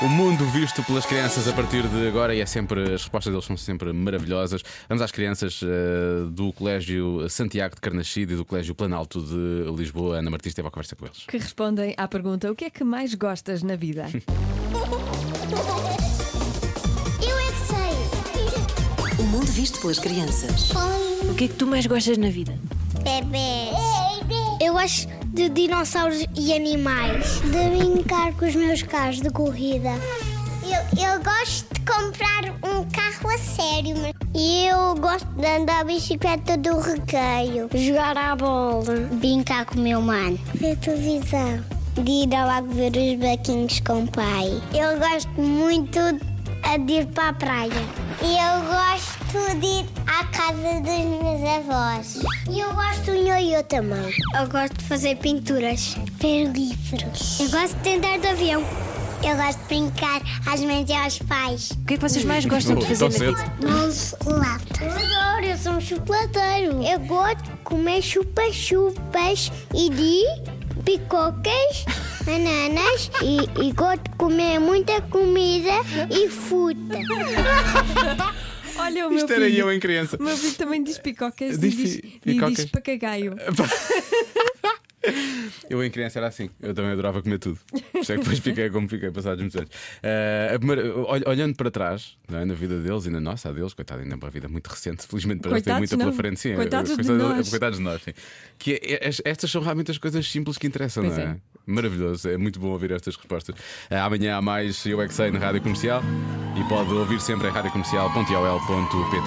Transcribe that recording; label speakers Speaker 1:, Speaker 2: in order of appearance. Speaker 1: O mundo visto pelas crianças a partir de agora e é sempre as respostas deles são sempre maravilhosas. Vamos às crianças eh, do Colégio Santiago de Carnaxide e do Colégio Planalto de Lisboa. Ana Martins teve a conversa com eles.
Speaker 2: Que respondem à pergunta: o que é que mais gostas na vida?
Speaker 3: Eu é que sei.
Speaker 4: O mundo visto pelas crianças.
Speaker 5: O que é que tu mais gostas na vida?
Speaker 3: Bebês. Eu gosto de dinossauros e animais. De brincar com os meus carros de corrida. Eu, eu gosto de comprar um carro a sério. E eu gosto de andar a bicicleta do recreio. Jogar à bola. Brincar com o meu mano. Ver televisão. De ir ao lago ver os baquinhos com o pai. Eu gosto muito a de ir para a praia. E eu gosto de ir à casa dos meus avós. E eu gosto do ioiô também. Eu gosto de fazer pinturas. Ver livros. Eu gosto de andar de avião. Eu gosto de brincar às mães e aos pais.
Speaker 5: O que é que vocês mais gostam de
Speaker 1: Oh,
Speaker 5: fazer
Speaker 1: tão
Speaker 5: na
Speaker 1: cedo?
Speaker 5: vida?
Speaker 3: Um chocolate. Eu adoro, eu sou um chocolateiro. Eu gosto de comer chupa-chupas e de picocas, bananas e, e gosto de comer muita comida e fruta.
Speaker 2: Olha o meu
Speaker 1: Isto era
Speaker 2: filho.
Speaker 1: eu em criança.
Speaker 2: O meu filho também diz picocas
Speaker 1: Diz
Speaker 2: e diz,
Speaker 1: pi-
Speaker 2: e
Speaker 1: picocas.
Speaker 2: diz papagaio.
Speaker 1: Eu em criança era assim, eu também adorava comer tudo. Por isso é que depois fiquei como fiquei passados muitos anos. Eh, a primeira- olh- olhando para trás, não é? na vida deles e na nossa, a deles, coitado, ainda é uma vida muito recente, felizmente para
Speaker 2: Coitados,
Speaker 1: nós tem muita pela
Speaker 2: não.
Speaker 1: frente. Sim, é,
Speaker 2: Coitados de nós.
Speaker 1: coitados de nós, sim. Que é- é- estas são realmente as coisas simples que interessam,
Speaker 2: Pois
Speaker 1: não é?
Speaker 2: é.
Speaker 1: Maravilhoso, é muito bom ouvir estas respostas. Eh, amanhã há mais Eu é que sei na Rádio Comercial e pode ouvir sempre em radiocomercial.ol.pt